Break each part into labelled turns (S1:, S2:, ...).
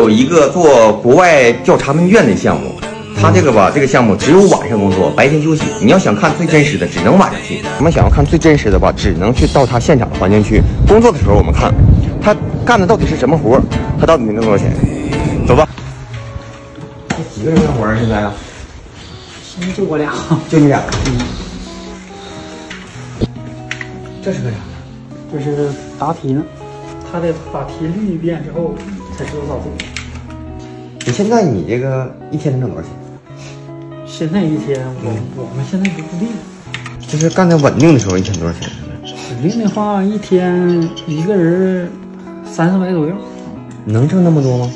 S1: 有一个做国外调查问卷的项目，他这个吧，这个项目只有晚上工作，白天休息。你要想看最真实的，只能晚上去。我们想要看最真实的吧，只能去到他现场的环境去工作的时候，我们看他干的到底是什么活儿，他到底能挣多少钱。走吧。几个人干活儿现在啊？
S2: 就我俩，
S1: 就你俩。这是个啥？
S2: 就是答题呢，他得把题捋一遍之后才知道咋做。
S1: 你现在你这个一天能挣多少钱？
S2: 现在一天，我我们现在不固定，
S1: 就是干的稳定的时候，一天多少钱？
S2: 稳定的话，一天一个人三四百左右，
S1: 能挣那么多吗？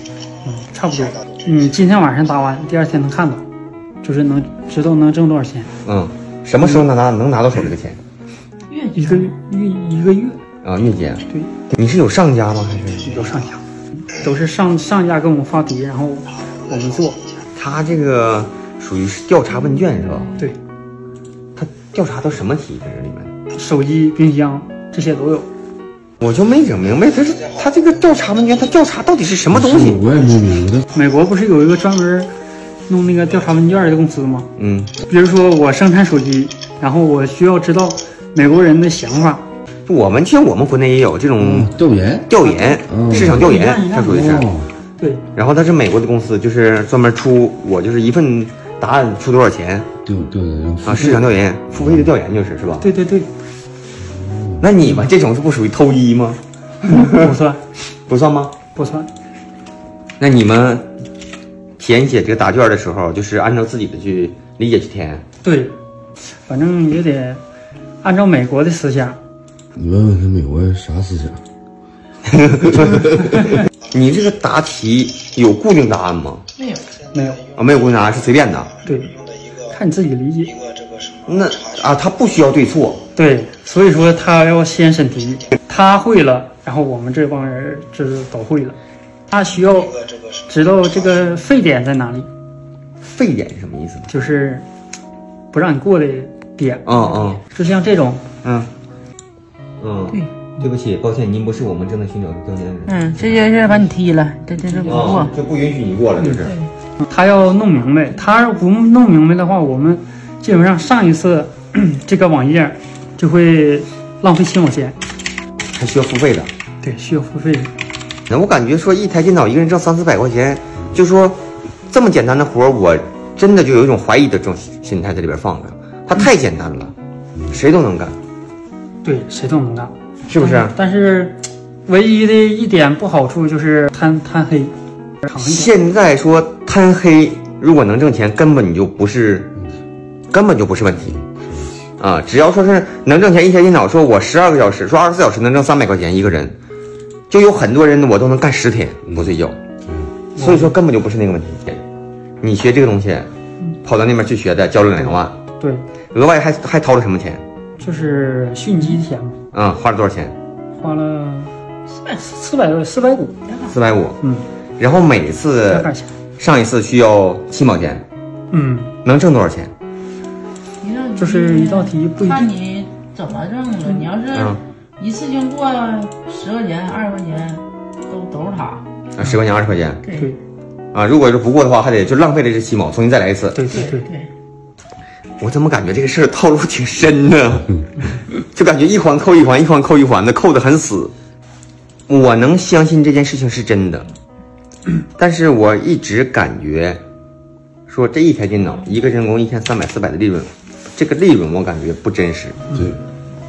S2: 嗯，差不多。你今天晚上答完，第二天能看到，就是能知道能挣多少钱，
S1: 嗯，什么时候能拿能拿到手这个钱？
S2: 一个月一一个月，
S1: 啊，月结。
S2: 对，
S1: 你是有上家吗？还是
S2: 有上下，都是上上家给我们发题，然后我们做。
S1: 他这个属于是调查问卷是吧？
S2: 对，
S1: 他调查都什么题在这里面？
S2: 手机、冰箱这些都有。
S1: 我就没整明白，他是他这个调查问卷，他调查到底是什么东西？
S3: 我也没明白。
S2: 美国不是有一个专门弄那个调查问卷的公司吗？
S1: 嗯，
S2: 比如说我生产手机，然后我需要知道美国人的想法，
S1: 我们像我们国内也有这种
S3: 调研
S1: 调研，
S3: 嗯
S1: 市场调研
S2: 嗯，
S1: 它属于是。
S3: 哦，
S2: 对，
S1: 然后它是美国的公司，就是专门出我就是一份答案出多少钱
S3: 对对对，然后
S1: 啊？市场调研，付费的调研就是是吧？
S2: 对对对，
S1: 那你们这种是不属于偷一吗？
S2: 不算
S1: 不算吗？
S2: 不算，
S1: 那你们填写这个答卷的时候，就是按照自己的去理解去填。
S2: 对，反正也得按照美国的思想。
S3: 你问问他美国人啥思想？
S1: 你这个答题有固定答案吗？
S2: 没有，
S1: 啊，没有固定答案，是随便的。
S2: 对，看你自己理解。
S1: 那啊，他不需要对错。
S2: 对，所以说他要先审题，他会了，然后我们这帮人就是都会了。他需要知道这个沸点在哪里，
S1: 沸点是什么意思？
S2: 就是不让你过的点。
S1: 嗯
S2: 就像这种，
S1: 嗯嗯嗯。对不起，抱歉，您不是我们正在寻找的中间人。
S4: 嗯，直接是把你嗯踢了，这这这不过
S1: 哦，。就不允许你过了，就是。
S2: 他要弄明白，他不弄明白的话，我们基本上上一次 这个网页就会浪费新网线，
S1: 还需要付费的。
S2: 对，需要付费的。
S1: 那我感觉说一台电脑一个人挣三四百块钱，就说这么简单的活儿，我真的就有一种怀疑的这种心态在里边放着。它太简单了，谁都能干，
S2: 对，谁都能干，
S1: 是啊不是？
S2: 但是，唯一的一点不好处就是贪贪黑，长一点。
S1: 现在说贪黑，如果能挣钱，根本就不是，根本就不是问题。啊，只要说是能挣钱，一台电脑说我十二个小时，说二十四小时能挣三百块钱一个人，就有很多人我都能干十天不睡觉，所以说根本就不是那个问题。你学这个东西，跑到那边去学的，交了两万，
S2: 对，
S1: 额外还还掏了什么钱？
S2: 就是训鸡钱嘛，
S1: 嗯，花了多少钱？
S2: 花了四百四百四百五，
S1: 四百五。
S2: 嗯，
S1: 然后每
S2: 两
S1: 次
S2: 百钱，
S1: 上一次需要七毛钱，
S2: 嗯，
S1: 能挣多少钱？
S2: 就是一道题不一
S4: 看
S2: 定，
S4: 你怎么挣了。你要是
S1: 嗯
S4: 一次性过十块钱、二十块钱，都都是他。
S1: 啊，十块钱二十块钱。
S4: 对
S2: 嗯对
S1: 啊，如果是不过的话，还得就浪费了这七毛，重新再来一次。
S2: 对对对，
S4: 对，
S1: 我怎么感觉这个事儿套路挺深呢？ 就感觉一环扣一环，一环扣一环的，扣得很死。我能相信这件事情是真的，但是我一直感觉，说这一台电脑一个人工一天三百四百的利润，这个利润我感觉不真实。
S3: 对，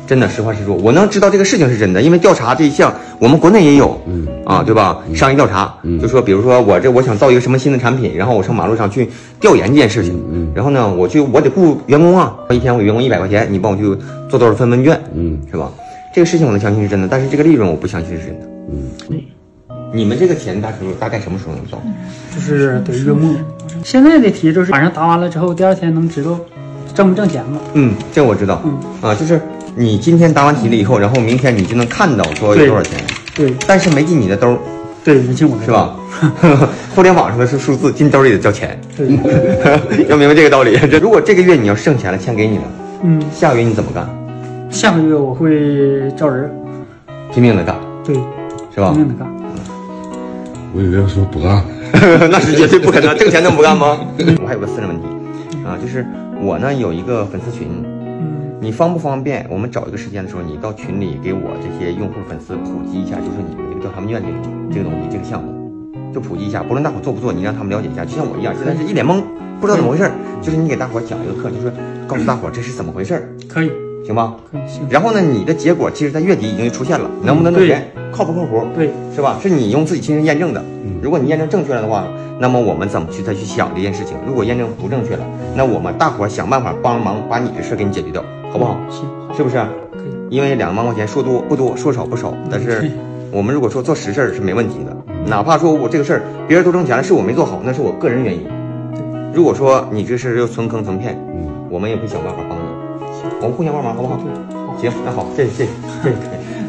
S1: 真的，实话实说，我能知道这个事情是真的，因为调查这一项我们国内也有，
S3: 嗯
S1: 啊，对吧？商业调查，
S3: 嗯
S1: 就说比如说我这我想造一个什么新的产品，然后我上马路上去调研这件事情，
S3: 嗯嗯
S1: 然后呢，我去我得雇员工啊，一天我给员工一百块钱，你帮我去做多少份问卷，
S3: 嗯
S1: 是吧？这个事情我能相信是真的，但是这个利润我不相信是真的。
S3: 嗯，
S1: 你们这个钱大时候大概什么时候能造？
S2: 就是得月末。现在的题就是晚上答完了之后，第二天能知道挣不挣钱吗？
S1: 嗯，这我知道，
S2: 嗯
S1: 啊，就是你今天答完题了以后，然后明天你就能看到说有
S2: 对
S1: 多少钱，
S2: 对
S1: 但是没进你的兜儿。
S2: 对，没进我的
S1: 是吧？ 互联网上的是数字，进兜里得交钱，
S2: 对，
S1: 要明白这个道理。这如果这个月你要是挣钱了，钱给你了，
S2: 嗯，
S1: 下个月你怎么干？
S2: 下个月我会招人，
S1: 拼命的干，
S2: 对，
S1: 是吧
S2: 嗯拼？命的干。
S3: 我以为要说不干，
S1: 那是绝对不可能，挣钱能不干吗？我还有个私人问题啊，就是我呢有一个粉丝群，
S2: 嗯
S1: 你方不方便？我们找一个时间的时候，你到群里给我这些用户粉丝普及一下，就是你们这个调查问卷这个这个东西，这个项目，就普及一下，不论大伙做不做，你让他们了解一下。就像我一样，现在是一脸懵，不知道怎么回事儿，就是你给大伙讲一个课，就是告诉大伙这是怎么回事儿，
S2: 可以
S1: 行吗？
S2: 可以行，
S1: 然后呢，你的结果其实在月底已经出现了，能不能挣钱，靠不靠谱，
S2: 对
S1: 是吧？是你用自己亲身验证的。
S2: 嗯
S1: 如果你验证正确了的话，那么我们怎么去再去想这件事情？如果验证不正确了，那我们大伙儿想办法帮忙把你的事儿给你解决掉，好不好？
S2: 行
S1: 是不是？
S2: 嗯可以。嗯
S1: 因为两万块钱说多不多，说少不少，但是
S2: 对
S1: 我们如果说做实事儿是没问题的，
S2: 嗯
S1: 哪怕说我这个事儿别人都挣钱了，是我没做好，那是我个人原因。如果说你这事儿又存坑存骗，
S2: 嗯
S1: 我们也会想办法帮你，我们互相帮忙，好不好？行，那好，谢谢谢谢谢谢。